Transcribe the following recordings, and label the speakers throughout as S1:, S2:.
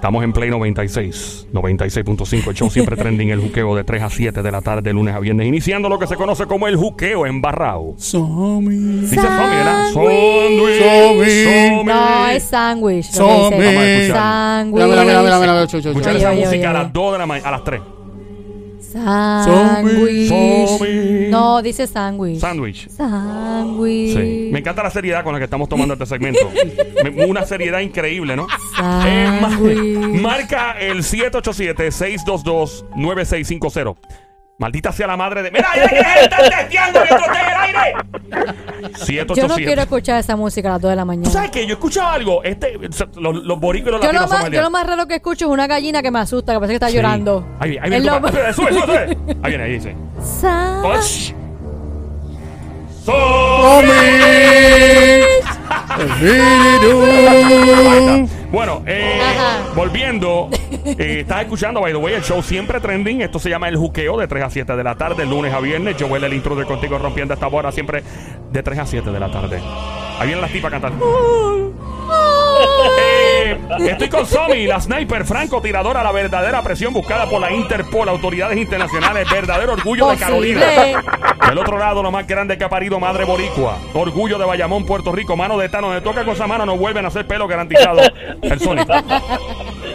S1: Estamos en Play 96, 96.5, el show siempre trending, el juqueo de 3 a 7 de la tarde, de lunes a viernes, iniciando lo que se conoce como el juqueo embarrado.
S2: Somi.
S1: Dice Somi, ¿verdad?
S3: Sándwich.
S1: Somi, Somi.
S3: No, es sándwich. lo
S2: Zombie.
S3: que dice.
S1: Vamos
S2: Mira, mira, mira, mira,
S3: Sándwich.
S2: mira, chu, chu, chu.
S1: Escuchar esa
S3: Oye, oye,
S1: música a
S3: oye.
S1: las 2 de la mañana, a las 3.
S2: Zombie.
S3: Sándwich.
S1: Somi.
S3: No, dice sándwich.
S1: Sándwich.
S3: Sándwich.
S1: Sí. Me encanta la seriedad con la que estamos tomando este segmento. Me- Una seriedad increíble, ¿no?
S3: Ah,
S1: Eh, ma-
S3: Sándwich.
S1: marca el 787-622-9650. Maldita sea la madre de. ¡Mira, ya que están testeando que esto esté en el aire! 787.
S3: Yo no quiero escuchar esa música a las 2 de la
S1: ¿Tú
S3: mañana.
S1: sabes qué? Yo escuchaba algo. Este, los, los boricuas y los
S3: Yo lo,
S1: latinos somos
S3: más,
S1: el
S3: yo
S1: diablo.
S3: lo más raro que escucho es una gallina que me asusta, que parece que está
S1: Sí.
S3: llorando.
S1: Ahí, viene, ahí viene.
S3: Es
S1: tu
S3: lo-
S1: pa- Espera, sube, sube, sube. Ahí viene, ahí dice.
S3: Sa-
S1: ¡Osh! ¡Somi! Ahí está. Bueno, eh,
S3: Ajá.
S1: volviendo, eh, estás escuchando, by the way, el show siempre trending. Esto se llama El Juqueo de 3 a 7 de la tarde, lunes a viernes. Yo huele el intro de contigo rompiendo esta hora siempre de 3 a 7 de la tarde. Ahí vienen las tipas cantando. Eh, estoy con Somi, la sniper francotiradora, la verdadera presión buscada por la Interpol, autoridades internacionales, verdadero orgullo de Carolina.
S3: Posible.
S1: Del otro lado, lo más grande que ha parido Madre Boricua. Orgullo de Bayamón, Puerto Rico. Mano de Tano, de toca con esa mano, no vuelven a hacer pelo garantizado. El Sonic.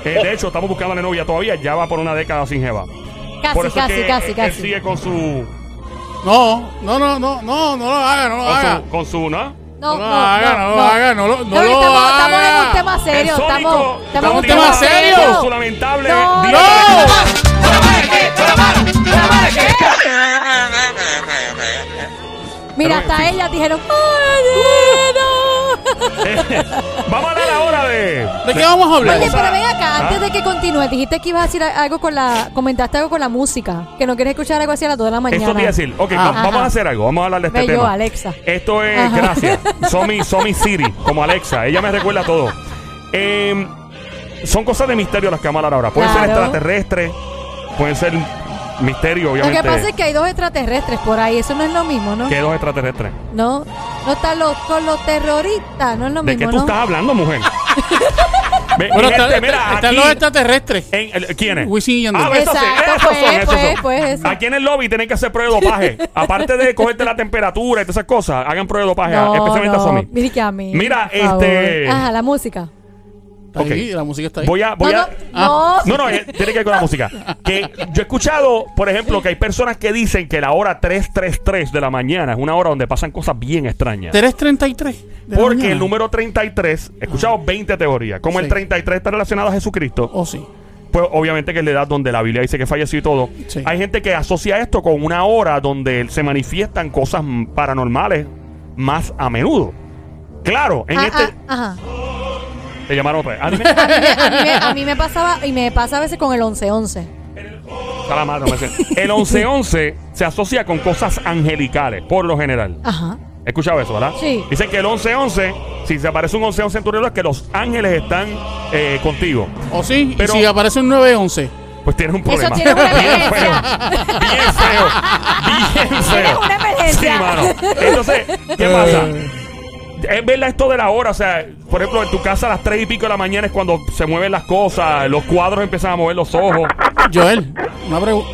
S1: Eh, de hecho, estamos buscando una novia todavía. Ya va por una década sin Jeva. por
S3: Casi,
S1: eso es
S3: casi,
S1: que
S3: casi,
S1: él
S3: casi.
S1: sigue con su.
S2: No, no, no, no, no, no lo haga, no lo
S1: Con
S3: Ah.
S2: haga.
S1: su, con su ¿no?
S2: No
S3: No,
S2: lo haga, no lo haga, no lo- no
S3: Creo que
S2: lo
S3: estamos, estamos en
S2: haga.
S3: un tema serio.
S1: El Sónico
S3: Estamos, estamos en un
S1: continúa
S3: tema
S2: serio.
S3: serio.
S1: Con su lamentable.
S3: No,
S1: día
S3: no.
S1: de-
S3: Mira,
S1: Pero-
S3: hasta ellas dijeron. ¡Ay, no!
S1: Eh, Vamos a hablar ahora de.
S2: ¿De qué vamos a hablar?
S3: Oye, pero ven
S1: Ah.
S3: acá, antes de que continúes, dijiste que ibas a decir a- algo con la. Comentaste algo con la música. Que no quieres escuchar algo así a las 2 de la mañana.
S1: Esto te iba a decir. Ok,
S2: Ah.
S1: va-
S3: Ajá.
S1: vamos a hacer algo. Vamos a hablar de este
S3: Bello,
S1: tema.
S3: Alexa.
S1: Esto es,
S3: Ajá.
S1: gracias. Somi, Somi Siri, como Alexa. Ella me recuerda todo. Eh, son cosas de misterio las que vamos a hablar ahora. Pueden ser
S3: Claro.
S1: extraterrestres, pueden ser misterio,
S3: Lo
S1: obviamente.
S3: que pasa es que hay dos extraterrestres por ahí. Eso no es lo mismo, ¿no?
S1: ¿Qué dos extraterrestres?
S3: No. No están los, con los terroristas. No es lo
S1: ¿De qué
S3: mismo,
S1: tú
S3: ¿no?
S1: estás hablando, mujer? Ve-
S2: Bueno,
S1: gente,
S2: está-
S1: mira,
S2: está- están
S1: aquí
S2: los extraterrestres.
S1: en el- ¿Quiénes?
S2: Wisin y Yandel.
S1: Ah, esos sí,
S3: Exacto,
S1: esos son,
S3: pues,
S1: esos
S3: pues,
S1: son.
S3: pues, eso.
S1: Aquí en el lobby tienen que hacer prueba de dopaje. Aparte de cogerte la temperatura y todas esas cosas, hagan prueba de dopaje, especialmente
S3: no.
S1: a Somi.
S3: Mira que a mí.
S1: Mira,
S3: por favor.
S1: este-
S3: Ajá, la música.
S2: Está ahí, la música está ahí.
S1: Voy a, voy
S3: no,
S1: a,
S3: no,
S1: No, no, eh, tiene que ver con la música. Que yo he escuchado, por ejemplo, que hay personas que dicen que la hora 333 de la mañana es una hora donde pasan cosas bien extrañas.
S2: 333. de la
S1: Porque
S2: mañana. Ah.
S1: el número 33, he escuchado 20 teorías. Como el
S2: Sí.
S1: 33 está relacionado a Jesucristo,
S2: Oh, sí.
S1: pues obviamente que es la edad donde la Biblia dice que falleció y todo.
S2: Sí.
S1: Hay gente que asocia esto con una hora donde se manifiestan cosas mm, paranormales más a menudo. Claro, en
S3: Ah,
S1: este.
S3: ah, ajá.
S1: Te llamaron otra vez. Ah, dime.
S3: A mí, me, a mí me pasaba y me pasa a veces con el 11-11.
S1: Está la madre, no me sé. El 1111 se asocia con cosas angelicales, por lo general.
S3: Ajá.
S1: He escuchado eso, ¿verdad?
S3: Sí.
S1: Dicen que el 1111, si se aparece un 1111 en tu reloj, es que los ángeles están eh, contigo.
S2: Oh, sí.
S1: Pero-
S2: y si aparece un 911.
S1: Pues tienes un problema.
S3: tiene una
S1: bien feo.
S3: emergencia.
S1: Bien feo. Bien feo.
S3: Tienes una emergencia.
S1: Sí, mano. Entonces,
S2: Eh.
S1: ¿qué pasa? Es verdad esto de la hora, o sea, por ejemplo, en tu casa a las 3 y pico de la mañana es cuando se mueven las cosas, los cuadros empiezan a mover los ojos.
S2: Joel, una pregunta.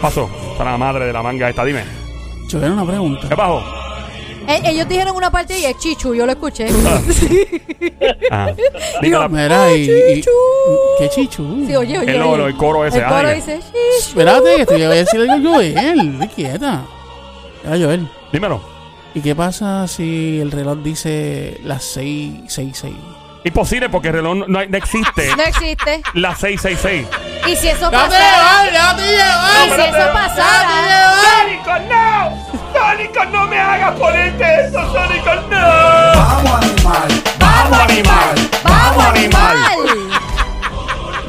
S1: Pasó. Está la madre de la manga esta, dime.
S2: Joel, una
S1: ¿Qué
S2: pregunta.
S1: pasó?
S3: Eh, ellos dijeron una parte y es chichu, yo lo escuché.
S1: Ajá. Ah, Digo,
S3: Digo, "Ah,
S1: la-
S2: Mira, y, y-
S3: chichu.
S2: ¿Qué chichu?
S3: Sí, oye, oye.
S1: El oro,
S3: oye.
S1: el coro ese,
S3: El coro
S1: ay,
S3: dice chichu.
S2: Espérate, que te voy a decir algo a Joel. Te quieta. Era Joel.
S1: dímelo.
S2: ¿Y qué pasa si el reloj dice las 666?
S1: Imposible porque el reloj no, no existe.
S3: No existe.
S1: La 666.
S3: Y si eso
S2: ¡Date
S3: pasara.
S2: ¡Date
S3: Y si eso pasara.
S1: ¡Sónico, no! ¡Sónico, no me hagas ponerte eso, Sónico, no!
S4: Vamos animal,
S1: ¡Vamos, animal!
S3: ¡Vamos, animal!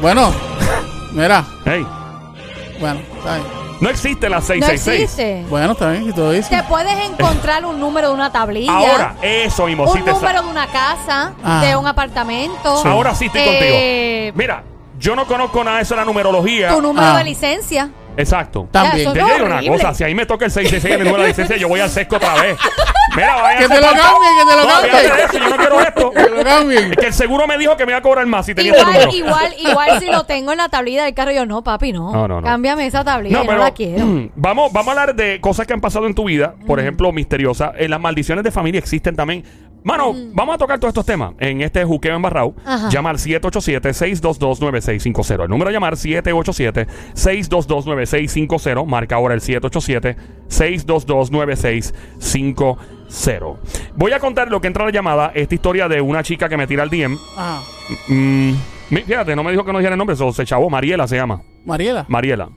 S2: Bueno, mira,
S1: ¡Ey!
S2: bueno, está bien.
S1: No existe la
S3: No
S1: 666.
S3: existe.
S2: Bueno, está bien, si tú lo dices.
S3: Te puedes encontrar un número de una tablilla.
S1: Ahora, eso mismo. sí
S3: un
S1: te sa-
S3: número de una casa,
S2: Ah.
S3: de un apartamento.
S2: Sí.
S1: Ahora sí estoy
S3: Eh,
S1: contigo. Mira, yo no conozco nada de eso de la numerología.
S3: Tu número
S2: Ah.
S3: de licencia.
S1: Exacto.
S2: También.
S3: Ya,
S1: Te
S3: eso es
S1: digo una
S3: horrible.
S1: cosa, si ahí me toca el 666 en el número de la licencia, yo voy al sesco otra vez. Mira, vaya
S2: Que te lo cambien, que te
S1: No,
S2: lo
S1: fíjate de
S2: cambien.
S1: eso, yo no quiero esto.
S2: Que lo cambien.
S1: Es que el seguro me dijo que me iba a cobrar más si tenía este
S3: Igual,
S1: número.
S3: igual, igual si lo tengo en la tablilla del carro, yo no, papi, no.
S1: No, no, no.
S3: Cámbiame esa tablilla,
S1: No,
S3: yo
S1: pero
S3: no la quiero. Mm.
S1: vamos, vamos a hablar de cosas que han pasado en tu vida, por ejemplo, misteriosas. Eh, las maldiciones de familia existen también. Mano, vamos a tocar todos estos temas en este juqueo embarrado.
S3: Mm. Ajá.
S1: Llama al 787-622-9650. El número a llamar 787-622-9650. Marca ahora el 787-622-9650. Voy a contar lo que entra a la llamada, esta historia de una chica que me tira al DM.
S2: Ah,
S1: Mm, mi- fíjate, no me dijo que no dijera el nombre, eso se chavó. Mariela se llama.
S2: Mariela.
S1: Mariela.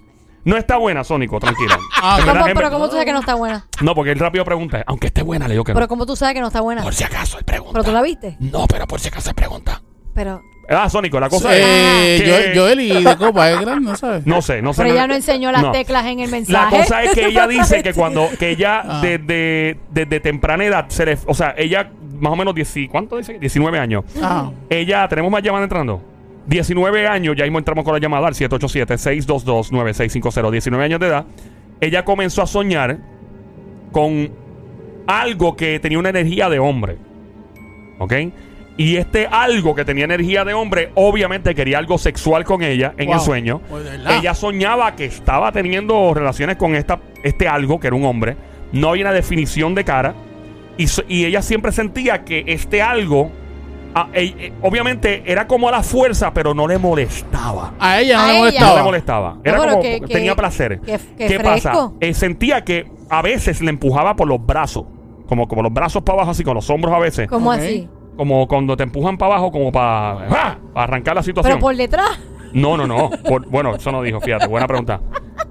S1: No está buena, Sónico, tranquilo.
S2: Ah,
S1: En
S2: ok.
S1: verdad,
S3: ¿Cómo-
S1: en
S3: pero
S1: ver-
S3: ¿cómo tú sabes que no está buena?
S1: No, porque él rápido pregunta. Aunque esté buena, le digo que no.
S3: Pero ¿cómo tú sabes que no está buena?
S1: Por si acaso, él pregunta.
S3: ¿Pero tú la viste?
S1: No, pero por si acaso, él pregunta.
S3: Pero,
S1: Ah, Sónico, la cosa es...
S2: Eh,
S1: que-
S2: Joel- Joel y de copa es grande, ¿no sabes?
S1: No sé, no sé.
S3: pero ella no enseñó las teclas en el
S1: La
S3: mensaje.
S1: cosa es que ella dice que
S3: Exactamente.
S1: cuando... Que ella
S2: Ah.
S1: desde, desde temprana edad se le... O sea, ella más o menos... 10, ¿Cuánto dice? 19 años.
S2: Ah,
S1: Ella, tenemos más llamadas entrando. 19 años, ya mismo entramos con la llamada al 787-622-9650. 19 años de edad. Ella comenzó a soñar con algo que tenía una energía de hombre. ¿Ok? Y este algo que tenía energía de hombre, obviamente quería algo sexual con ella en el
S2: Wow.
S1: sueño.
S2: Pues, de verdad.
S1: Ella soñaba que estaba teniendo relaciones con esta, este algo, que era un hombre. No había una definición de cara. Y, so- y ella siempre sentía que este algo, ah, eh, eh, obviamente, era como a la fuerza, pero no le molestaba.
S2: A ella no
S3: A
S2: le
S3: ella.
S1: No
S2: molestaba.
S1: le molestaba. Era
S3: pero
S1: como
S3: que- que-
S1: tenía placer.
S3: que- que
S1: ¿Qué pasa?
S3: fresco.
S1: Eh, sentía que a veces le empujaba por los brazos. Como, como los brazos para abajo, así con los hombros a veces.
S3: ¿Cómo
S2: Ok.
S3: así?
S1: Como cuando te empujan para abajo, como para, ¡ah! para arrancar la situación.
S3: Pero por detrás.
S1: No, no, no. Por- bueno, eso no dijo, fíjate. Buena pregunta.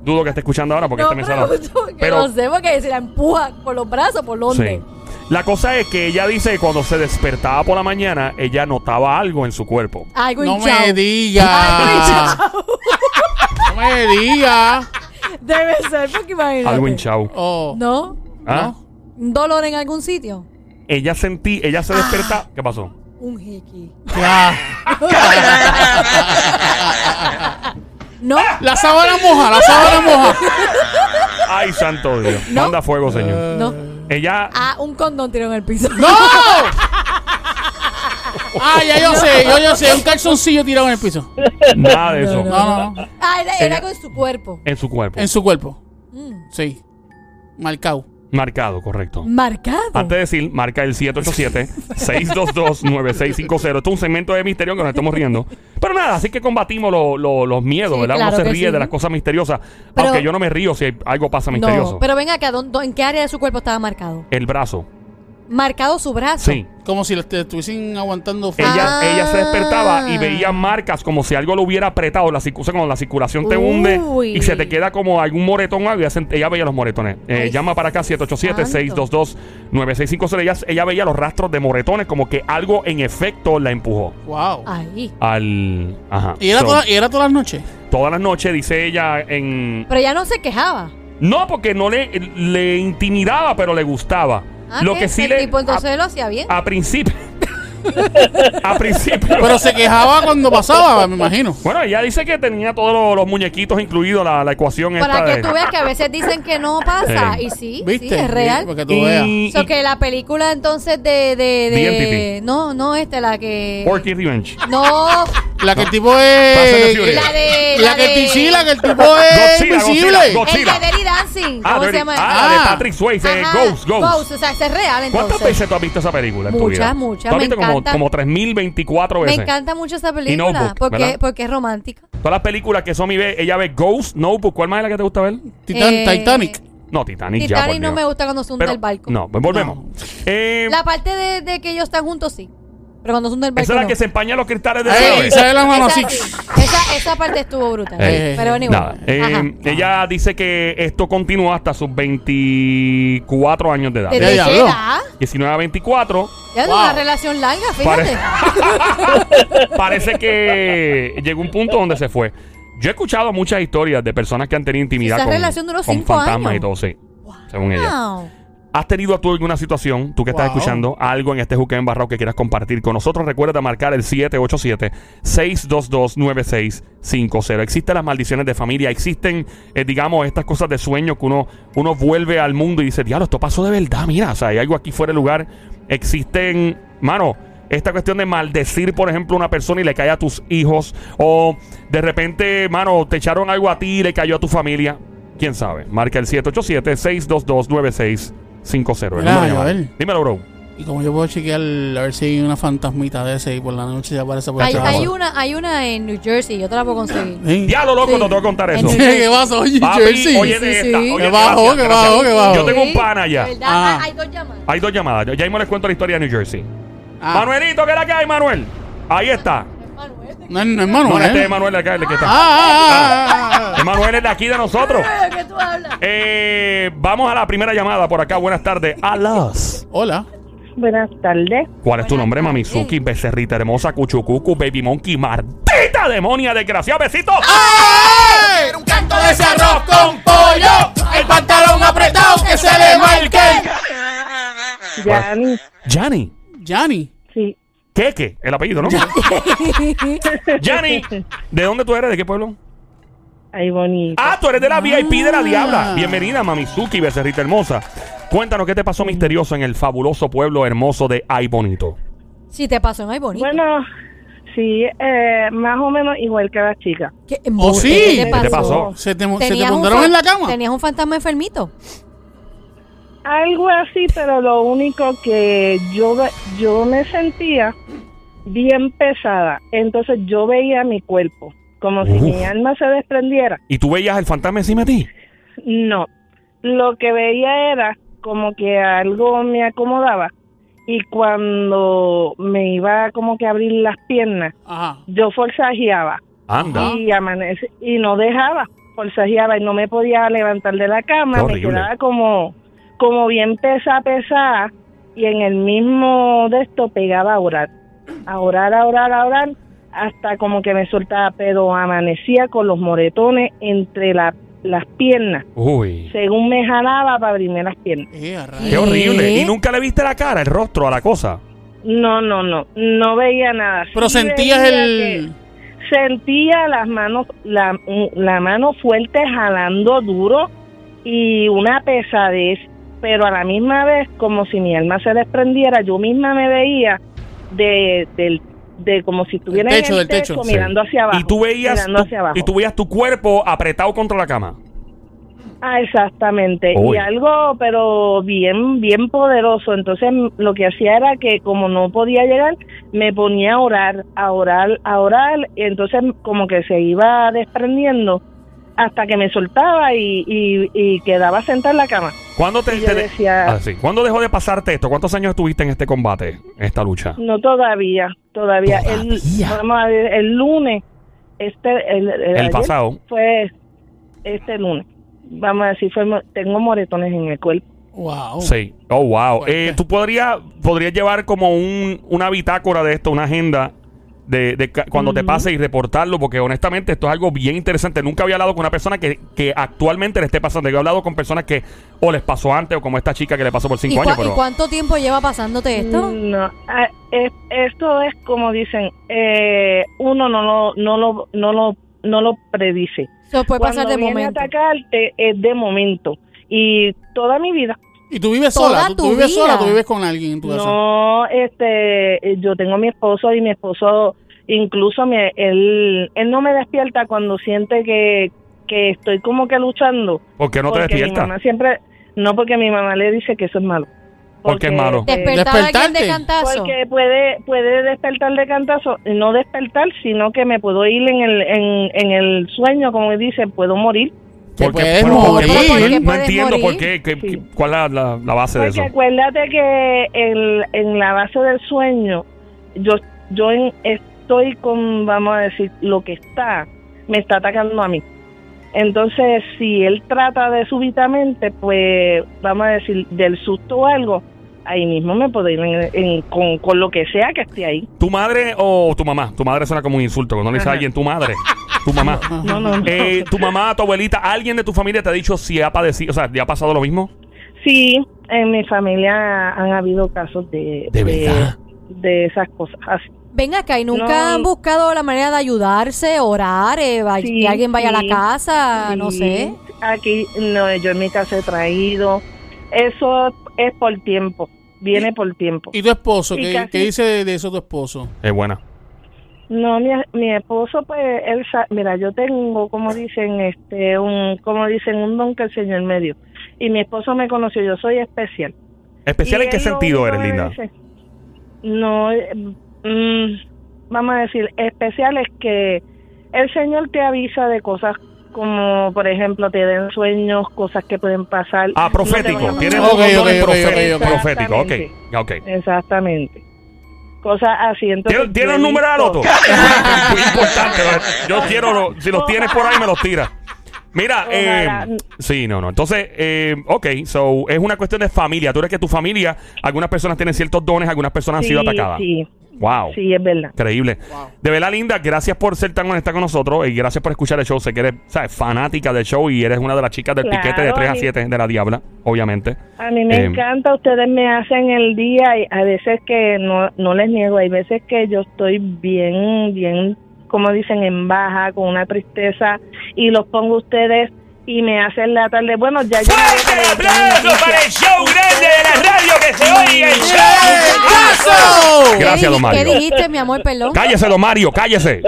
S1: Dudo que esté escuchando ahora porque
S3: No,
S1: este mensaje. no-
S3: pregunto, que no sé, porque si la empuja por los brazos, ¿por dónde?
S1: sí. La cosa es que ella dice que cuando se despertaba por la mañana, ella notaba algo en su cuerpo.
S3: Algo
S2: No
S3: hinchado.
S2: me digas. No
S3: Algo
S2: me digas.
S3: hinchado. Debe ser, porque imagínate.
S1: Algo hinchado.
S2: Oh.
S3: ¿No?
S1: ¿Ah?
S3: ¿Un dolor en algún sitio?
S1: Ella sentí, ella se
S3: Ah.
S1: despertaba. ¿Qué pasó?
S3: Un hickey.
S2: Ya.
S3: ¿No?
S1: Ah.
S2: La sábana moja, la sábana moja.
S1: Ay, santo Dios.
S3: No.
S1: Manda fuego, señor.
S3: ¿No?
S1: Ella.
S3: Ah, un condón tiró en el piso.
S2: ¡No! Ah, ¡Oh! ya yo sé, yo yo sé. Un calzoncillo tirado en el piso.
S1: Nada de eso.
S2: No, no, no.
S3: Ah, era, era
S1: Ella-
S3: con su cuerpo.
S1: En su cuerpo.
S2: En su cuerpo.
S3: Mm.
S2: Sí. Marcado.
S1: Marcado, correcto.
S3: Marcado.
S1: Antes eh, de decir, marca el 787-622-9650. Esto es un segmento de misterio que nos estamos riendo. Pero nada, así que combatimos lo- lo- los miedos,
S3: Sí,
S1: ¿verdad?
S3: claro
S1: Uno se
S3: que
S1: ríe
S3: sí.
S1: de las cosas misteriosas.
S3: Pero-
S1: aunque yo no me río si hay- algo pasa misterioso.
S3: no, pero ven acá, ¿dó- dó- ¿en qué área de su cuerpo estaba marcado?
S1: El brazo.
S3: Marcado su brazo.
S1: Sí.
S2: Como si lo est- estuviesen aguantando fuego.
S1: Ella,
S3: Ah.
S1: ella se despertaba y veía marcas como si algo lo hubiera apretado. La, circu- o sea, cuando la circulación te
S3: Uy.
S1: hunde y se te queda como algún moretón. o algo, Ella, sent- ella veía los moretones. Eh,
S3: Ay,
S1: llama para acá
S3: santo.
S1: 787-622-9650. Ella, ella veía los rastros de moretones como que algo en efecto la empujó.
S2: Wow.
S3: Ahí.
S1: al ajá
S2: ¿Y era,
S1: So,
S2: toda- y era todas las noches?
S1: todas las noches dice ella en
S3: Pero ya no se quejaba.
S1: no porque no le le intimidaba pero le gustaba
S3: Ah,
S1: lo
S3: ¿qué?
S1: que sí
S3: El
S1: le
S3: tipo entonces lo hacía bien.
S1: a, a principio a principio
S2: Pero se quejaba cuando pasaba, me imagino.
S1: bueno ella dice que tenía todos los, los muñequitos incluidos la, la ecuación
S3: Para
S1: esta
S3: que
S1: de-
S3: tú veas que a veces dicen que no pasa.
S1: Sí.
S3: Y sí,
S2: ¿Viste?
S3: sí, es real.
S2: Porque tú veas.
S1: y,
S3: So que la película entonces de... de,
S1: The
S3: de
S1: Entity.
S3: no, no, esta, la que...
S1: y- Porky Revenge
S3: No,
S2: La que el tipo
S1: Fast and the
S2: es.
S1: Furious.
S3: la de...
S2: La que
S3: de-
S2: el sí, la que el tipo es
S1: Godzilla,
S2: invisible.
S1: Godzilla,
S3: El
S1: Chila.
S3: de Dirty Dancing.
S1: ah,
S3: ¿Cómo
S1: de,
S3: se llama?
S1: ah,
S2: Ah.
S1: de Patrick Swayze eh,
S3: Ajá,
S1: Ghost Ghost,
S3: Ghost, o sea, ese es real entonces.
S1: ¿Cuántas veces tú has visto esa película? en tu
S3: Muchas,
S1: vida?
S3: muchas,
S1: Tú has
S3: me
S1: visto como,
S3: encanta.
S1: como 3.024
S3: Me
S1: veces.
S3: encanta mucho esa
S1: Y
S3: película
S1: Notebook,
S3: porque,
S1: ¿verdad?
S3: porque es romántica.
S1: Todas las películas que Somi ve, ella ve Ghost, Notebook. ¿Cuál más es la que te gusta ver?
S2: Titan-
S3: Eh,
S2: Titanic.
S1: No, Titanic, ya.
S3: Titanic
S1: por
S3: no
S1: Dios.
S3: me gusta cuando se hunde
S1: Pero-
S3: el barco.
S1: No, pues volvemos.
S2: No.
S1: Eh,
S3: La parte de, de que ellos están juntos sí, pero cuando se hunde el barco
S1: esa es la
S3: no.
S1: que se empaña los cristales de
S2: Ey,
S1: Zoe.
S2: sale la mano así.
S3: esa, esa, esa parte estuvo brutal.
S1: Ey.
S3: pero anyway.
S1: Nada. Eh,
S3: Ajá.
S1: ella dice que esto continúa hasta sus 24 años de edad.
S3: ¿Desde
S2: Ya, ya
S3: qué
S2: habló.
S3: edad?
S1: 19 a 24.
S3: Ya es
S2: Wow.
S3: una relación larga, fíjate.
S1: Parece que llegó un punto donde se fue. Yo he escuchado muchas historias de personas que han tenido intimidad
S3: Esa
S1: con,
S3: relación duró
S1: con
S3: cinco
S1: fantasmas
S3: años.
S1: y todo, sí. Según ella.
S3: Wow.
S1: ¿Has tenido tú alguna situación, tú que estás
S2: Wow.
S1: escuchando, algo en este juque embarrado que quieras compartir con nosotros? Recuerda marcar el 787-622-9650. Existen las maldiciones de familia, existen, eh, digamos, estas cosas de sueño que uno, uno vuelve al mundo y dice, diablo, esto pasó de verdad, mira, o sea, hay algo aquí fuera de lugar. Existen, mano, esta cuestión de maldecir, por ejemplo, a una persona y le cae a tus hijos, o de repente, mano, te echaron algo a ti y le cayó a tu familia. ¿Quién sabe? Marca el 787-622-9650. el
S2: Mira,
S1: número de llamada.
S2: Joel.
S1: Dímelo, bro.
S2: Y como yo puedo chequear, a ver si hay una fantasmita de ese y por la noche ya aparece por
S3: Hay,
S2: el
S3: hay una, hay una en New Jersey, yo te la puedo conseguir.
S2: Sí.
S1: Diablo, loco,
S3: Sí.
S1: no te voy a contar eso.
S3: En-
S2: ¿Qué pasa? Oye,
S1: Papi,
S2: Jersey.
S1: oye de
S3: Sí, sí.
S1: esta. Oye,
S3: Qué
S1: gracias,
S2: bajo, qué
S1: gracias.
S2: bajo, qué bajo.
S1: Yo tengo un pana allá.
S3: ¿Verdad?
S2: Ah.
S3: Hay dos llamadas.
S1: Hay dos llamadas. Ya mismo les cuento la historia de New Jersey.
S2: Ah,
S1: Manuelito, ¿qué es la que hay, Manuel? Ahí está.
S2: No, no es
S1: No,
S2: Manuel.
S1: este es
S2: Ah,
S1: Manuel de acá, el que está.
S2: ah, ah, ah, ah.
S1: Manuel es de aquí de nosotros.
S3: ¿Qué tú hablas?
S1: Eh, vamos a la primera llamada por acá. Buenas tardes. Alas.
S2: Hola.
S4: Buenas tardes.
S1: ¿Cuál es tu nombre, Mamizuki? Becerrita hermosa, Cuchucucu, Baby Monkey, maldita demonia, desgraciada, besito.
S2: un canto de ese arroz con pollo. El pantalón apretado que se le marque.
S4: Ya ni
S1: Yanni.
S2: Yanni.
S4: sí,
S1: Keke, el apellido, ¿no? Yanni, ¿de dónde tú eres? ¿De qué pueblo?
S4: ahí bonito.
S1: Ah, tú eres de la VIP de la Diabla. Bienvenida, Mamizuki, Becerrita hermosa. Cuéntanos qué te pasó misterioso en el fabuloso pueblo hermoso de Ay Bonito.
S3: Si te pasó en Ay Bonito.
S4: Bueno, sí, eh, más o menos igual que la chica.
S3: ¿Qué, embuste?
S2: sí?
S3: ¿Qué
S1: Oh, ¿Qué te pasó?
S2: ¿Se te, se te
S3: Tenías un
S2: montaron
S3: fan-
S2: en la cama?
S3: Tenías un fantasma enfermito.
S4: Algo así, pero lo único que yo, ve- yo me sentía bien pesada. Entonces yo veía mi cuerpo, como si
S1: Uf.
S4: mi alma se desprendiera.
S1: ¿Y tú veías el fantasma encima de ti?
S4: No, lo que veía era como que algo me acomodaba. Y cuando me iba como que a abrir las piernas,
S2: Ajá.
S4: yo forzajeaba.
S1: Anda.
S4: y amanece y no dejaba forzajeaba y no me podía levantar de la
S1: Qué
S4: cama me
S1: horrible.
S4: quedaba como como bien pesa pesa y en el mismo de esto pegaba a orar a orar a orar a orar hasta como que me soltaba pero amanecía con los moretones entre la- las piernas
S1: Uy.
S4: según me jalaba para abrirme las piernas
S2: Eh, a rayos.
S1: Qué horrible.
S3: ¿Qué?
S1: ¿Y nunca le viste la cara, el rostro a la cosa?
S4: no no no no veía nada
S2: Pero
S4: Sí
S2: sentías
S4: veía
S2: el.
S4: que sentía las manos la, la mano fuerte jalando duro y una pesadez, pero a la misma vez como si mi alma se desprendiera, yo misma me veía de, del- de como si estuviera
S2: techo,
S4: en
S2: del
S4: el
S2: techo,
S4: techo,
S2: sí.
S4: mirando hacia abajo.
S1: y tú veías
S4: mirando
S1: tu,
S4: hacia abajo.
S1: y tú veías tu cuerpo apretado contra la cama.
S4: Ah, exactamente.
S1: Uy.
S4: Y algo, pero bien, bien poderoso. Entonces, m- lo que hacía era que como no podía llegar, me ponía a orar, a orar, a orar. Y entonces, m- como que se iba desprendiendo hasta que me soltaba y, y, y quedaba sentada en la cama.
S1: ¿Cuándo te,
S4: Y yo
S1: te-
S4: decía-
S1: Ah, sí. ¿Cuándo dejó de pasarte esto? ¿Cuántos años estuviste en este combate, en esta lucha?
S4: No todavía, todavía. El,
S1: Todavía.
S4: vamos a ver, el lunes, este, el, el-
S1: El
S4: ayer
S1: pasado.
S4: fue este lunes. Vamos a decir, fue, mo- tengo moretones en el cuerpo.
S2: Wow.
S1: Sí. Oh, wow.
S2: Fuerte.
S1: Eh, Tú podrías podrías llevar como un, una bitácora de esto, una agenda de, de ca- cuando te pase y reportarlo, porque honestamente esto es algo bien interesante. Nunca había hablado con una persona que, que actualmente le esté pasando. Yo he hablado con personas que o les pasó antes o como esta chica que le pasó por
S3: ¿Y,
S1: cinco años,
S3: cua- y
S1: pero
S3: cuánto tiempo lleva pasándote esto?
S4: No, ah, es- esto es como dicen, eh, uno no lo, no lo, no lo, no lo predice.
S3: Eso puede pasar
S4: Cuando
S3: de
S4: viene
S3: momento.
S4: a atacarte es de momento y toda mi vida.
S2: ¿Y tú vives
S3: Toda
S2: sola? ¿Tú,
S3: tu
S2: tú vives
S3: vida.
S2: sola o tú vives con alguien en tu casa?
S4: No, este, eh, yo tengo a mi esposo y mi esposo incluso me, él, él no me despierta cuando siente que, que estoy como que luchando.
S1: ¿por qué no te
S4: porque
S1: despiertas?
S4: mi mamá siempre, no porque mi mamá le dice que eso es malo.
S1: ¿Por qué es malo?
S3: Despertar a alguien
S2: Despertarte.
S3: de cantazo.
S4: Porque puede, puede despertar de cantazo, no despertar, sino que me puedo ir en el, en, en el sueño, como dicen, puedo morir.
S2: Te
S1: ¿Por qué?
S2: puedes
S1: Pero, ¿por qué?
S2: morir.
S3: Porque
S1: No
S3: puedes
S1: entiendo por
S3: morir.
S1: qué. qué-
S4: Sí.
S1: qué- ¿Cuál es la, la- la base de
S4: Porque
S1: eso?
S4: acuérdate que el- en la base del sueño, yo, yo en- estoy con, vamos a decir, lo que está, me está atacando a mí. Entonces, si él trata de súbitamente, pues, vamos a decir, del susto o algo, ahí mismo me puedo ir en- en- con, con lo que sea que esté ahí.
S1: ¿Tu madre o tu mamá? Tu madre suena como un insulto. Cuando le dice a
S4: Ajá.
S1: alguien tu madre. Tu mamá.
S4: No, no, no.
S1: Eh, tu mamá, tu abuelita, alguien de tu familia te ha dicho si ha padecido, o sea, ¿le ha pasado lo mismo?
S4: Sí, en mi familia han habido casos de...
S1: ¿De verdad?
S4: de esas cosas Ah, así.
S3: Ven acá, ¿y nunca
S4: No.
S3: han buscado la manera de ayudarse, orar, eh, va-
S4: Sí,
S3: que alguien vaya a
S4: sí,
S3: la casa, Ah, no
S4: Sí,
S3: sé?
S4: Aquí, no, yo en mi casa he traído. Eso es por tiempo, viene por tiempo.
S2: ¿Y tu esposo?
S4: Y
S2: ¿Qué,
S4: casi-
S2: qué dice de, de eso tu esposo?
S1: Es buena.
S4: No, mi, mi esposo, pues, él, sa- mira, yo tengo, como dicen, este, un, como dicen, un don que el Señor me dio. Y mi esposo me conoció, yo soy especial.
S1: ¿Especial
S4: ¿Y
S1: en qué
S4: él lo
S1: sentido
S4: único
S1: eres,
S4: que me
S1: linda?
S4: dice? No, eh, mm, vamos a decir, especial es que el Señor te avisa de cosas como, por ejemplo, te den sueños, cosas que pueden pasar.
S1: Ah,
S4: No te
S1: profético.
S4: van a
S1: Tienes
S4: pasar.
S1: un don
S2: Ok,
S1: en
S2: ok, ok,
S1: profe-
S2: ok, ok.
S1: profético. Ok, ok.
S4: Exactamente. Cosas así. Entonces,
S1: ¿Tienes, ¿tienes
S4: yo
S1: un
S4: he
S1: número al
S4: visto-
S1: otro? Muy importante. ¿no? Yo quiero, lo- si los tienes por ahí, me los tira. Mira,
S4: Ojalá.
S1: eh, sí, no, no. Entonces, eh, ok, so es una cuestión de familia. Tú eres que tu familia, algunas personas tienen ciertos dones, algunas personas han sido
S4: Sí,
S1: atacadas.
S4: Sí,
S1: Wow.
S4: sí, es verdad.
S1: Increíble. De verdad, Linda, gracias por ser tan honesta con nosotros y gracias por escuchar el show. Sé que eres ¿sabes? fanática del show y eres una de las chicas del
S4: Claro,
S1: piquete de 3 a
S4: y-
S1: 7 de la Diabla, obviamente.
S4: A mí me
S1: Eh,
S4: encanta, ustedes me hacen el día y a veces que no, no les niego, hay veces que yo estoy bien, bien, como dicen, en baja, con una tristeza y los pongo a ustedes y me hacen la tarde. Bueno, ya yo...
S1: ¡Fuerte el aplauso para el show grande de la radio que se oye el
S3: ¿Qué
S1: Gracias,
S3: di-
S1: don Mario.
S3: ¿Qué dijiste, mi amor, perdón?
S1: Cállese, don Mario, cállese.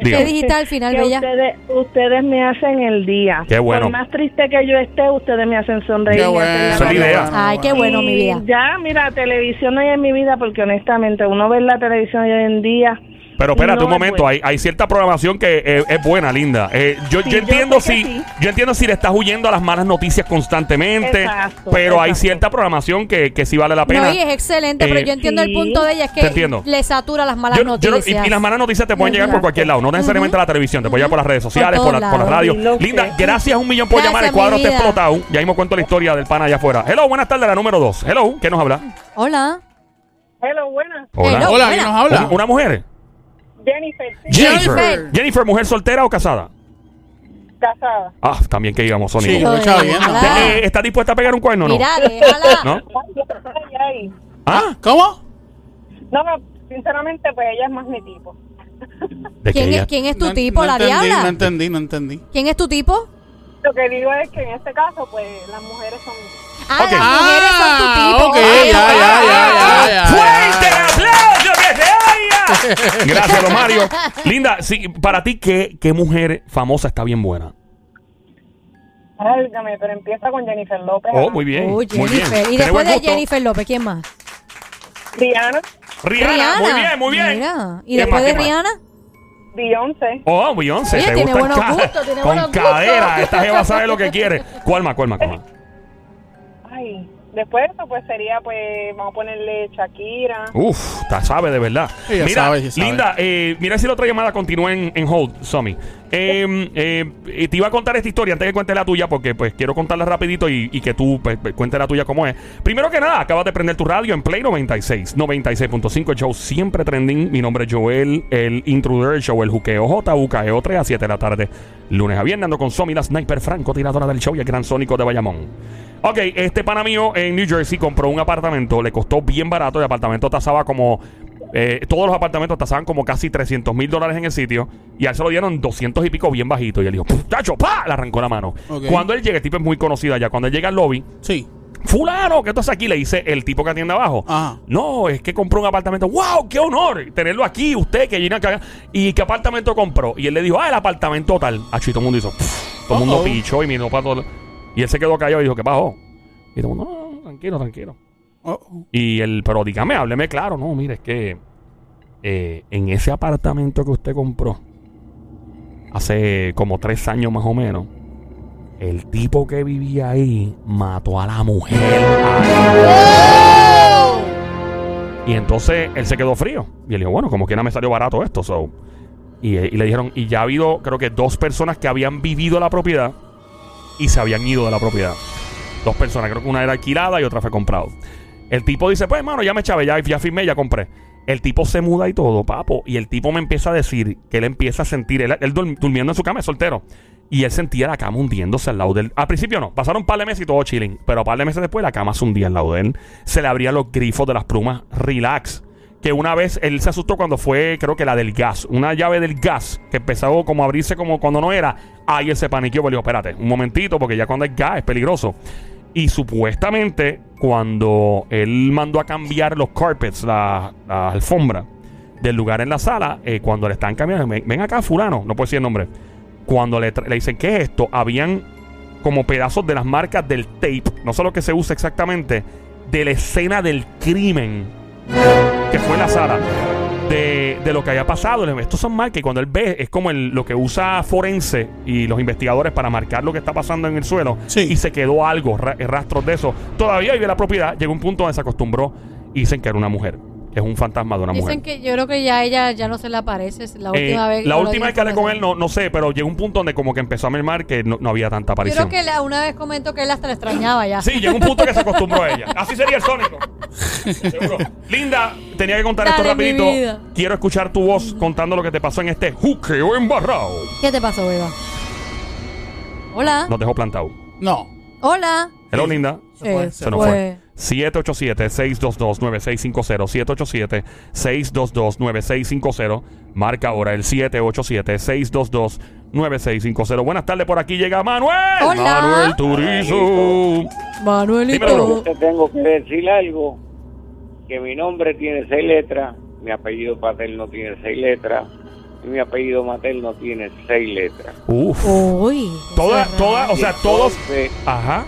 S1: Diga.
S3: ¿Qué dijiste al final,
S4: Que
S3: Bella?
S4: ustedes, ustedes me hacen el día.
S1: Qué bueno.
S4: Por más triste que yo esté, ustedes me hacen sonreír.
S2: Qué
S4: me hacen
S2: bueno.
S4: la
S1: Esa es la
S4: tarde.
S1: idea.
S3: Ay, qué bueno, mi vida.
S4: Y Ya, mira, televisión no hay en mi vida porque honestamente uno ve la televisión hoy en día.
S1: Pero espérate
S4: no
S1: un
S4: es
S1: momento,
S4: buena.
S1: hay, hay cierta programación que eh, es buena, linda. Eh, yo, yo
S4: Sí, yo
S1: entiendo
S4: sé que
S1: si
S4: sí.
S1: yo entiendo si le estás huyendo a las malas noticias constantemente,
S4: Exacto,
S1: pero hay
S4: exacto.
S1: cierta programación que, que sí vale la pena.
S3: No, y es excelente,
S1: Eh,
S3: pero yo entiendo el
S4: sí.
S3: punto de ella, es
S1: Te
S3: que
S1: entiendo.
S3: le satura las malas
S1: Yo- yo no- y-
S3: noticias.
S1: y, las malas noticias te pueden llegar por
S4: Exacto.
S1: cualquier lado, no necesariamente a la televisión, te pueden llegar por las redes sociales, por,
S3: todos
S1: la, por las
S3: lados.
S1: radios.
S4: Sí, lo sé.
S1: Linda, gracias un millón por
S3: Gracias,
S1: llamar. El
S3: mi
S1: cuadro está
S3: vida.
S1: explotado. Ya mismo cuento la historia del pana allá afuera. Hello, buenas tardes, la número dos. Hello, ¿qué nos habla?
S3: Hola.
S4: Hello, buenas.
S1: Hola.
S3: Hello.
S2: Ah, Hola,
S3: buena.
S2: ¿quién nos habla?
S1: ¿Una, una mujer?
S4: Jennifer,
S1: Jennifer. Jennifer, mujer soltera o casada?
S4: casada.
S1: Ah, también que íbamos, Sónico.
S2: Sí, yo lo estaba viendo.
S3: Hola.
S1: Ya, eh, ¿Está dispuesta a pegar un cuerno o no?
S3: Mira, déjala.
S1: ¿No?
S4: Ay, ay.
S1: ¿Ah?
S2: ¿Cómo?
S4: No, no, sinceramente, pues ella es más mi tipo.
S1: ¿De qué
S3: ¿Quién,
S1: ella?
S3: es, ¿Quién es tu
S2: No en-
S3: tipo,
S2: no
S3: la
S2: entendí,
S3: diabla?
S2: No entendí, no entendí.
S3: ¿Quién es tu tipo?
S4: Lo que digo es que en este caso, pues las mujeres son.
S3: Ah,
S1: Ok.
S3: las mujeres
S2: Ah,
S3: son tu tipo.
S2: ok,
S3: Ay,
S2: ya,
S3: ay,
S2: ya, ya,
S3: ay.
S2: ya, ya.
S1: ¡Fuerte el aplauso que se oiga! Gracias, don Mario. Linda, sí, para ti, ¿qué, ¿qué mujer famosa está bien buena?
S4: Válgame, pero empieza con Jennifer López.
S1: Oh, muy bien.
S3: Oh,
S1: muy bien.
S3: Jennifer.
S1: Tiene
S3: Y
S1: buen
S3: después de
S1: gusto.
S3: Jennifer López, ¿quién más?
S4: Rihanna,
S1: Rihanna. Muy bien, muy bien.
S3: Mira. ¿Y
S1: ¿Qué
S3: después
S1: más,
S3: de
S1: qué más?
S3: Rihanna?
S4: Beyoncé.
S1: Oh, Beyoncé.
S3: Oye,
S1: te
S3: tiene
S1: gusta el
S3: buenos
S1: ca-
S3: gustos, tiene
S1: Con
S3: buenos gustos.
S1: cadera. Esta jeva sabe lo que quiere. ¿Cuál más, cuál más, cuál más?
S4: Ay, después de eso, pues sería, pues, vamos a ponerle Shakira.
S1: Uf, ta- sabe de verdad.
S2: Ella
S1: mira,
S2: sabe, ella sabe.
S1: Linda, eh, mira si la otra llamada continúa en, en hold, Somi. Eh, eh, y te iba a contar esta historia antes de que cuente la tuya, porque pues quiero contarla rapidito y, y que tú pues, pues, cuentes la tuya como es. Primero que nada, acabas de prender tu radio en Play 96, 96.5, el show siempre trending. Mi nombre es Joel, el intruder, el show, el juqueo J, UKEO 3 a 7 de la tarde, lunes a viernes, ando con Somi, la sniper franco, tiradora del show y el gran sónico de Bayamón. Ok, este pana mío en New Jersey compró un apartamento, le costó bien barato, el apartamento tasaba como... eh, todos los apartamentos tasaban como casi 300 mil dólares en el sitio y a él se lo dieron 200 y pico bien bajito y él dijo, ¡Chacho, pa! Le arrancó la mano.
S2: Ok.
S1: Cuando él llega, el tipo es muy conocido allá, cuando él llega al lobby,
S2: Sí.
S1: fulano, ¿qué tú haces aquí? Le dice el tipo que atiende abajo.
S2: Ajá.
S1: No, es que compró un apartamento. ¡Wow! ¡Qué honor tenerlo aquí! Usted que viene acá. ¿Y qué apartamento compró? Y él le dijo, ah, el apartamento tal. Acho, y todo el mundo hizo. "Pff". Todo el mundo
S2: Uh-oh.
S1: pichó y miró para todo. Y él se quedó callado y dijo, ¿qué pasó? Y todo el mundo, no, no, no, tranquilo, tranquilo.
S2: Oh, oh.
S1: Y él, pero dígame, hábleme claro. No, mire, es que eh, en ese apartamento que usted compró hace como tres años más o menos, el tipo que vivía ahí mató a la mujer. Y entonces él se quedó frío. Y él dijo, bueno, como quiera me salió barato esto. So. Y, eh, y le dijeron, y ya ha habido, creo que dos personas que habían vivido la propiedad y se habían ido de la propiedad. Dos personas, creo que una era alquilada y otra fue comprado. El tipo dice, pues hermano, ya me echaba, ya, ya firmé, ya compré. El tipo se muda y todo, papo. Y el tipo me empieza a decir que él empieza a sentir, él, él dur- durmiendo en su cama, es soltero. Y él sentía la cama hundiéndose al lado del. Al principio no, pasaron un par de meses y todo chilling. Pero un par de meses después la cama se hundía al lado de él. Se le abrían los grifos de las plumas. Relax. Que una vez él se asustó cuando fue, creo que la del gas. Una llave del gas que empezó como a abrirse como cuando no era. Ahí él se paniqueó, pero dijo, espérate, un momentito, porque ya cuando es gas es peligroso. Y supuestamente, cuando él mandó a cambiar los carpets, la, la alfombra del lugar en la sala, eh, cuando le están cambiando, ven, ven acá, fulano, no puedo decir el nombre. Cuando le, tra- le dicen, ¿qué es esto? Habían como pedazos de las marcas del tape, no sé lo que se usa exactamente, de la escena del crimen que fue la sala de, de lo que había pasado. Le- Estos son marcas y cuando él ve es como el- lo que usa forense y los investigadores para marcar lo que está pasando en el suelo.
S2: Sí.
S1: Y se quedó algo, ra- eh, rastros de eso. Todavía vive la propiedad. Llegó un punto donde se acostumbró y dicen que era una mujer. Es un fantasma de una mujer.
S3: Dicen que yo creo que ya ella ya no se le aparece. es La
S1: Eh,
S3: última vez.
S1: la
S3: no lo
S1: última vez que
S3: dieron
S1: hablé con él,
S3: información.
S1: no, no sé, pero llegó un punto donde como que empezó a mermar que no, no había tanta
S3: Yo
S1: aparición.
S3: creo que la- una vez comentó que él hasta la extrañaba ya.
S1: Sí, llegó un punto que se acostumbró a ella. Así sería el sónico. Seguro. Linda, tenía que contar esto
S3: Dale, mi
S1: rapidito.
S3: vida.
S1: Quiero escuchar tu voz contando lo que te pasó en este juqueo embarrado.
S3: ¿Qué te pasó, Beba? Hola.
S1: Nos dejó plantado.
S2: No.
S3: Hola.
S1: Hello, Linda.
S2: Se fue,
S3: Eh,
S2: se
S1: Se nos fue. 787-622-9650. 787-622-9650. Marca ahora el 787-622-9650. Buenas tardes, por aquí llega Manuel.
S3: Hola.
S1: Manuel Turizo. Dímelo.
S3: Manuelito.
S5: Yo tengo que decir algo, que mi nombre tiene seis letras, mi apellido paterno tiene seis letras, y mi apellido materno tiene seis letras.
S1: Uf.
S3: Uy.
S1: Toda, toda, o sea, todos.
S5: Entonces,
S1: Ajá.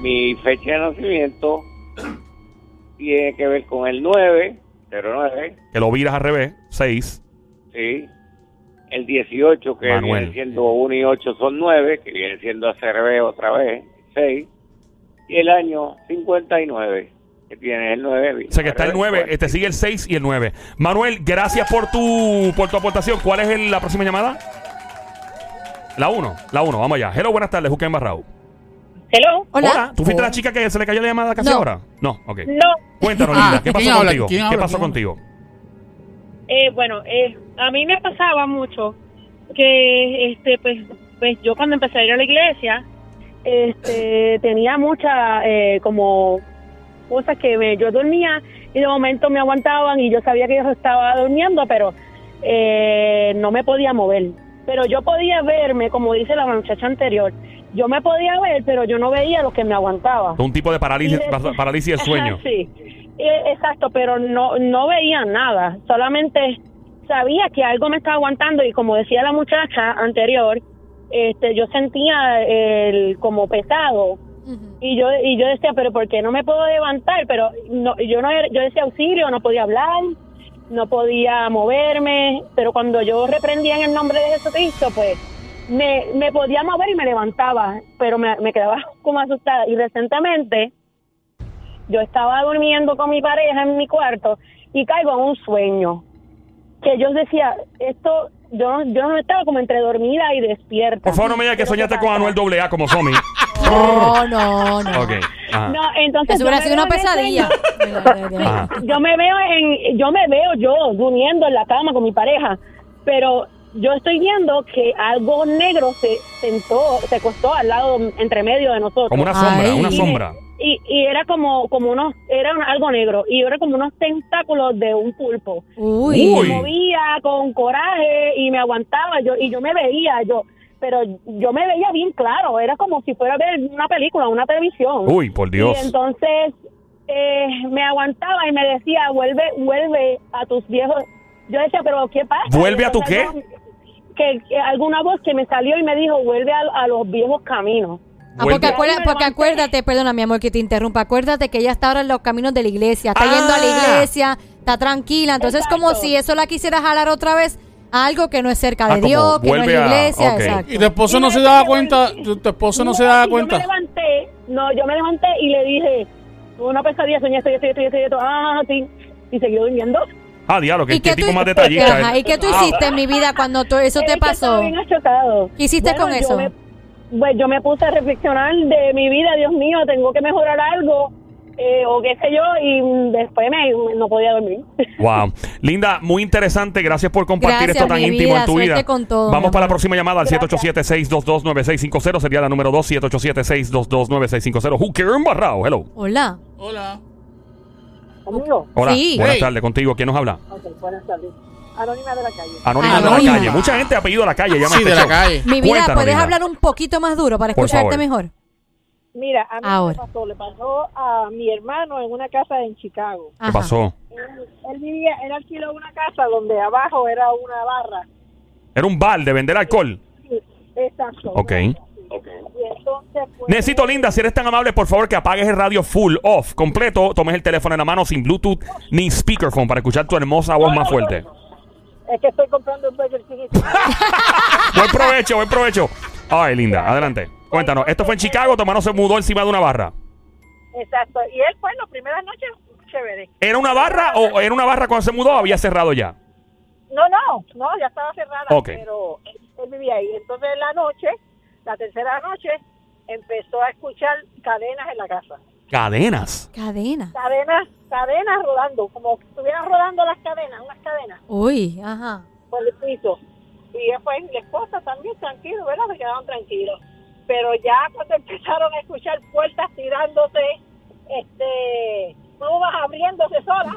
S5: mi fecha de nacimiento tiene que ver con el 9, 09,
S1: Que lo viras al revés. 6.
S5: ¿sí? El 18, que
S1: Manuel.
S5: viene siendo 1 y 8 son 9, que viene siendo hacer revés otra vez, 6. Y el año 59, que tiene el 9.
S1: O sea que está el 9,
S5: pues,
S1: eh, te sigue el 6 y el 9. Manuel, gracias por tu por tu aportación. ¿Cuál es el- la próxima llamada? La 1, la 1, vamos allá. Hello, buenas tardes, Juca Embarrao.
S4: Hello.
S3: Hola.
S1: ¿Tú fuiste la chica que se le cayó la llamada casi
S3: No.
S1: ahora? No, ok.
S4: No,
S1: Cuéntanos,
S2: Ah,
S1: Linda, ¿qué
S2: ¿quién
S1: pasó
S2: habla?
S1: contigo?
S2: ¿Quién
S1: ¿Qué
S2: habla?
S1: pasó
S2: ¿Quién
S1: contigo?
S4: eh, bueno, eh, a mí me pasaba mucho que, este, pues, pues yo cuando empecé a ir a la iglesia, este, tenía muchas eh, como cosas que me, yo dormía y de momento me aguantaban y yo sabía que yo estaba durmiendo, pero eh, no me podía mover. Pero yo podía verme, como dice la muchacha anterior, yo me podía ver, pero yo no veía lo que me aguantaba.
S1: Un tipo de parálisis,
S4: Y de-
S1: parálisis del sueño.
S4: Ajá, sí, Eh, exacto, pero no, no veía nada, solamente sabía que algo me estaba aguantando y como decía la muchacha anterior, este, yo sentía el como pesado
S3: Ujú.
S4: y yo y yo decía, pero ¿por qué no me puedo levantar? Pero no, yo no era- yo decía auxilio, no podía hablar, no podía moverme, pero cuando yo reprendía en el nombre de Jesucristo, pues me, me podía mover y me levantaba, pero me, me quedaba como asustada. Y recientemente yo estaba durmiendo con mi pareja en mi cuarto y caigo en un sueño que yo decía, esto, yo, no- yo no estaba como entre dormida y despierta.
S1: Por favor, no me digas que
S4: Pero
S1: soñaste
S4: ¿qué
S1: con
S4: pasa?
S1: Anuel AA como Somi.
S3: No, no, no.
S1: ok. Ajá.
S4: No, entonces
S3: Eso
S4: yo
S3: hubiera
S4: me
S3: sido una
S4: veo en el
S3: pesadilla.
S4: sueño.
S1: Ajá.
S4: yo me veo en yo me veo yo durmiendo en la cama con mi pareja pero yo estoy viendo que algo negro se sentó se acostó al lado entre medio de nosotros
S1: Como una sombra,
S3: Ay.
S1: una
S4: Y-
S1: sombra.
S4: y, y era como como unos era un- algo negro y era como unos tentáculos de un pulpo
S3: Uy.
S1: Uy.
S4: me movía con coraje y me aguantaba yo y yo me veía yo pero yo me veía bien claro era como si fuera a ver una película una televisión
S1: Uy, por Dios.
S4: y entonces eh, me aguantaba y me decía, vuelve, vuelve a tus viejos. Yo decía, pero ¿qué pasa?
S1: ¿Vuelve
S4: Y
S1: a tu qué?
S4: entonces yo- Que, que alguna voz que me salió y me dijo, vuelve a, a los viejos caminos.
S3: Ah, porque,
S1: Vuelve-
S3: acuerda- porque acuérdate, perdona mi amor que te interrumpa, acuérdate que ella está ahora en los caminos de la iglesia, está
S1: Ah.
S3: yendo a la iglesia, está tranquila, entonces es como
S4: Exacto.
S3: si eso la quisiera jalar otra vez a algo que no es cerca
S1: Ah,
S3: de
S1: como
S3: Dios, que no es
S1: vuelve a-
S3: iglesia,
S1: ok.
S3: exacto.
S2: ¿Y tu esposo no se daba cuenta? ¿Tu tu esposo no se daba
S4: y Yo me
S2: cuenta?
S4: levanté, no, yo me levanté y le dije, una pesadilla, soñé esto, y esto, y esto, y esto, y esto, ah, sí. Y seguí durmiendo.
S1: Ah, diablo, qué,
S3: ¿Y qué
S1: qué tipo
S3: tú-
S1: más detallista.
S3: Ajá,
S1: eh.
S3: ¿Y qué tú
S1: Ah,
S3: hiciste en mi vida cuando to- eso
S4: Es
S3: te
S4: que estaba
S3: pasó?
S4: bien achocado.
S3: ¿Qué hiciste
S4: Bueno,
S3: con
S4: yo
S3: eso?
S4: me- pues yo me puse a reflexionar de mi vida, Dios mío, tengo que mejorar algo. eh, o qué sé yo, y después me, no podía dormir.
S1: Wow. Linda, muy interesante. Gracias por compartir
S3: Gracias,
S1: esto tan
S3: mi
S1: íntimo
S3: vida.
S1: en tu
S3: Suerte
S1: vida.
S3: con todo, mi
S1: Vamos para la
S3: amor.
S1: próxima llamada al
S4: Gracias.
S1: 787-622-9650. Sería la número 2, 787-622-9650. Hooker embarrado. Hello.
S3: Hola.
S2: Hola.
S4: ¿Conmigo?
S1: Hola.
S3: Sí.
S1: Buenas
S2: Hey.
S1: tardes. Contigo, ¿quién nos habla?
S4: Ok, buenas tardes. Anónima de la calle.
S1: Anónima, de la
S3: Anónima.
S1: calle. Mucha gente ha pedido a la calle. Llama a
S2: Sí,
S1: este
S2: de la
S1: show.
S2: calle.
S3: Mi vida,
S1: Cuéntanos,
S3: ¿puedes
S1: linda.
S3: hablar un poquito más duro para
S1: Por
S3: escucharte
S1: favor.
S3: mejor?
S4: Mira, a mí
S3: Ahora.
S4: me pasó, le pasó a mi hermano en una casa en Chicago.
S1: ¿Qué pasó?
S4: Él, él vivía, él alquiló una casa donde abajo era una barra.
S1: Era un bar de vender alcohol.
S4: Sí, Exacto.
S1: Ok.
S4: Y entonces, pues,
S1: Necesito, Linda, si eres tan amable, por favor, que apagues el radio full off, completo. Tomes el teléfono en la mano sin Bluetooth ni speakerphone para escuchar tu hermosa voz más fuerte.
S4: Es que estoy comprando un Burger King.
S1: Buen provecho, buen provecho. Ay, Linda, adelante. Cuéntanos, esto fue en Chicago, tu hermano se mudó encima de una barra.
S4: Exacto. Y él fue en las primeras noches chévere.
S1: ¿Era una barra o era una barra cuando se mudó o había cerrado ya?
S4: No, no, no, ya estaba cerrada,
S1: Ok.
S4: pero él vivía ahí. Entonces en la noche, la tercera noche, empezó a escuchar cadenas en la casa.
S1: Cadenas.
S3: Cadena.
S4: Cadenas, cadenas rodando, como que estuvieran rodando las cadenas, unas cadenas
S3: Uy, ajá.
S4: por el piso. Y después la esposa también, tranquilo, ¿verdad? Se quedaron tranquilos. Pero ya cuando empezaron a escuchar puertas tirándose, este, plumas abriéndose solas,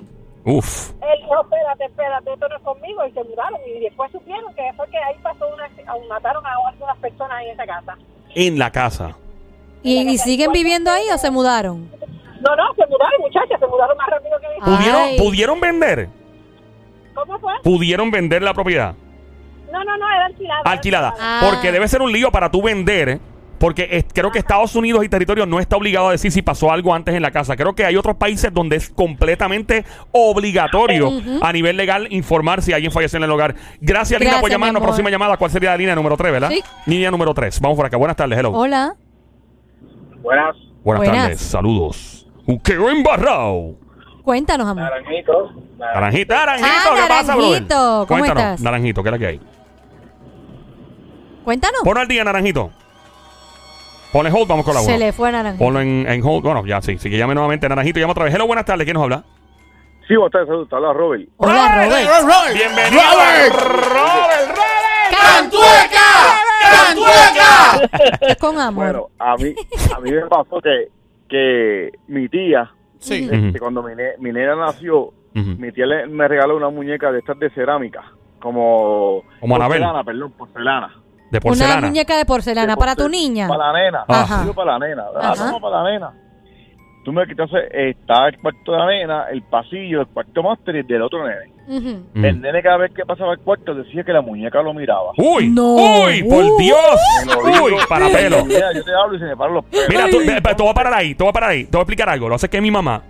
S1: Uf.
S4: Él dijo, espérate, espérate, esto no es conmigo. Y se mudaron. Y después supieron que fue que ahí pasó una, mataron a algunas personas en esa casa.
S1: En la casa.
S3: ¿Y, y siguen viviendo ahí o se mudaron?
S4: No, no, se mudaron, muchachas, se mudaron más rápido que mi-
S1: ¿Pudieron,
S3: Ay.
S1: ¿Pudieron vender?
S4: ¿Cómo fue?
S1: ¿Pudieron vender la propiedad?
S4: No, no, no, era alquilada. era
S1: Alquilada.
S3: Ah.
S1: Porque debe ser un lío para tú vender. ¿eh? Porque es- creo que Estados Unidos y territorio no está obligado a decir si pasó algo antes en la casa. Creo que hay otros países donde es completamente obligatorio a nivel legal informar si alguien falleció en el hogar. Gracias, Linda, por
S3: Gracias,
S1: llamarnos.
S3: mi amor.
S1: Próxima llamada, ¿cuál sería la línea número 3, verdad?
S3: Sí.
S1: Línea número 3. Vamos por acá. Buenas tardes, hello.
S3: Hola.
S5: Buenas,
S1: Buenas,
S3: Buenas.
S1: tardes, saludos. Quedó embarrado.
S3: Cuéntanos, amor.
S5: naranjitos.
S1: Naranjito, naranjito,
S3: Ah,
S1: ¿qué pasa, brother?
S3: Naranjito, ¿cómo
S1: Cuéntanos,
S3: estás?
S1: naranjito, ¿qué es la que hay?
S3: Cuéntanos.
S1: Pon al día, naranjito. Ponle hold, vamos con la
S3: Se
S1: uno.
S3: le fue naranja.
S1: Ponlo en, en hold. Bueno, ya sí. Así que llame nuevamente, naranjito. Llama otra vez. Hello, buenas tardes. ¿Quién nos habla?
S5: Sí, vos estás saludos, habla Robert.
S3: Hola, Robert.
S2: Ah, Robert.
S1: Bienvenido,
S2: Robert.
S1: Robert. Robert.
S2: ¡Cantueca! ¡Cantueca!
S3: Es con amor.
S6: Bueno, a mí, a mí me pasó que, que mi tía,
S2: Sí.
S1: Ujú.
S6: que cuando mi, ne- mi nena nació,
S1: Ujú.
S6: mi tía le- me regaló una muñeca de estas de cerámica, como...
S1: Como Anabel.
S6: Porcelana, perdón, porcelana.
S1: De
S3: Una
S1: porcelana.
S3: muñeca de porcelana
S6: De
S3: para tu
S6: porcel-
S3: niña.
S6: Para la nena.
S3: Ajá.
S6: Digo para la nena. ¿verdad?
S3: Ajá.
S6: No, para la nena. Tú me quitaste, eh, está el cuarto de la nena, el pasillo, el cuarto máster y el del otro nene.
S3: Ujú. Uh,
S6: El
S1: Mm.
S6: nene cada vez que pasaba el cuarto decía que la muñeca lo miraba.
S1: Uy,
S3: No.
S1: uy, por
S3: Uh.
S1: Dios.
S6: Te lo digo.
S1: Uy, para pelo.
S6: Mira, yo te hablo y se me paran los pelos.
S1: Mira, tú, ve- ve- te voy a parar ahí, te voy a parar ahí. Te voy a explicar algo. Lo sé que mi mamá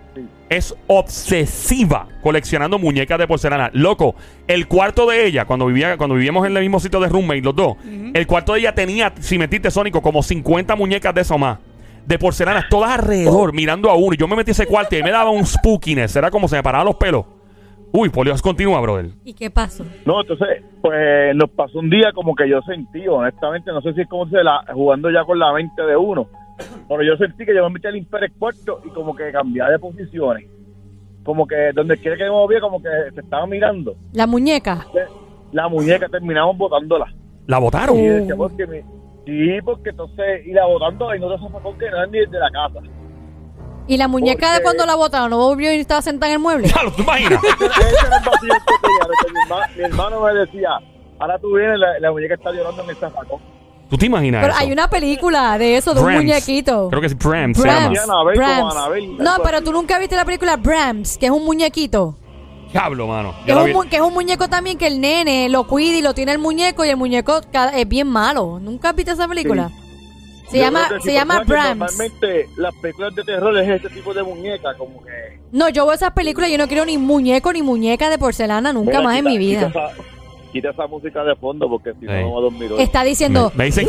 S1: es obsesiva coleccionando muñecas de porcelana. Loco, el cuarto de ella, cuando vivía, cuando vivíamos en el mismo sitio de roommate, los dos, el cuarto de ella tenía, si metiste Sónico, como 50 muñecas de eso más. De porcelanas, todas
S3: Oh.
S1: alrededor, mirando a uno. Y yo me metí a ese cuarto y me daba un spookiness. Era como se me paraban los pelos. Uy, por Dios, continúa, brother.
S3: ¿Y qué pasó?
S6: No, entonces, pues nos pasó un día como que yo sentí, honestamente, no sé si es como se la, jugando ya con la mente de uno, pero yo sentí que yo me metí a limpiar el cuarto y como que cambiaba de posiciones. Como que donde quiera que me movía, como que se estaba mirando.
S3: La muñeca.
S6: La muñeca terminamos botándola.
S1: La votaron.
S6: Y yo decía, "Pues, que me- Sí, porque entonces, y la botándola y no te sacó que no es ni de la casa.
S3: ¿Y la muñeca de
S6: Porque-
S3: cuando la botaron? ¿No volvió y estaba sentada en el mueble?
S1: Claro, ¿Te imaginas?
S6: Ese era el vacío que tenía, de que mi, herma- mi hermano me decía, ahora tú vienes, la, la muñeca está llorando en el zafacón.
S1: ¿Tú te imaginas
S3: Pero
S1: eso?
S3: hay una película de eso, de un
S1: Brams.
S3: muñequito.
S1: Creo que es Brams. se llama.
S3: Brams.
S6: Sí, Anabel, como
S3: Brams.
S6: Anabel,
S3: No,
S6: algo
S3: pero
S6: así.
S3: tú nunca viste la película Brams, que es un muñequito.
S1: Diablo, mano.
S3: Que
S1: Yo
S3: es,
S1: la
S3: un,
S1: vi-
S3: mu- que es un muñeco también que el nene lo cuida y lo tiene el muñeco y el muñeco ca- es bien malo. ¿Nunca viste esa película? Se
S6: Yo
S3: llama,
S6: creo que
S3: se
S6: si
S3: llama
S6: pensaba que
S3: Brams.
S6: Normalmente las películas de terror es este tipo de muñeca, como que...
S3: No, yo veo esas películas y yo no quiero ni muñeco ni muñeca de porcelana nunca
S6: Mira,
S3: más en
S6: quita-
S3: mi vida.
S6: Quita esa, quita esa música de fondo porque si no,
S1: Sí.
S6: no va a dormir hoy.
S3: Está diciendo,
S1: Me, me dicen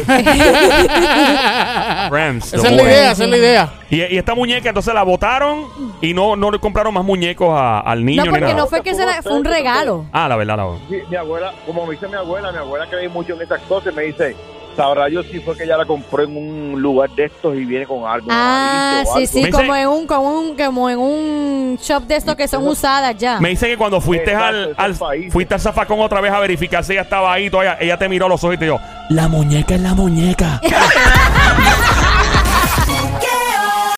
S1: Rams.
S2: Esa es la
S1: bueno.
S2: idea, esa es la idea.
S1: Y, y esta muñeca entonces la botaron y no, no le compraron más muñecos a- al niño
S3: no,
S1: ni
S3: porque
S1: nada.
S3: no fue que se la- fue un regalo.
S1: Ah, la verdad, la verdad.
S6: Sí, mi abuela, como me dice mi abuela, mi abuela cree mucho en esas cosas y me dice, Sabrá yo si fue que ella la compró en un lugar de estos y viene con algo.
S3: Ah,
S6: amarillo o
S3: sí,
S6: algo.
S3: sí,
S1: Me
S3: como
S1: dice-
S3: en un, como un, como en un shop de estos que son usadas ya.
S1: Me dice que cuando fuiste
S6: Exacto,
S1: al,
S6: esos
S1: al
S6: países.
S1: fuiste al zafacón otra vez a verificar si ella estaba ahí, todavía, ella te miró a los ojos y te dijo,
S2: La muñeca es la muñeca.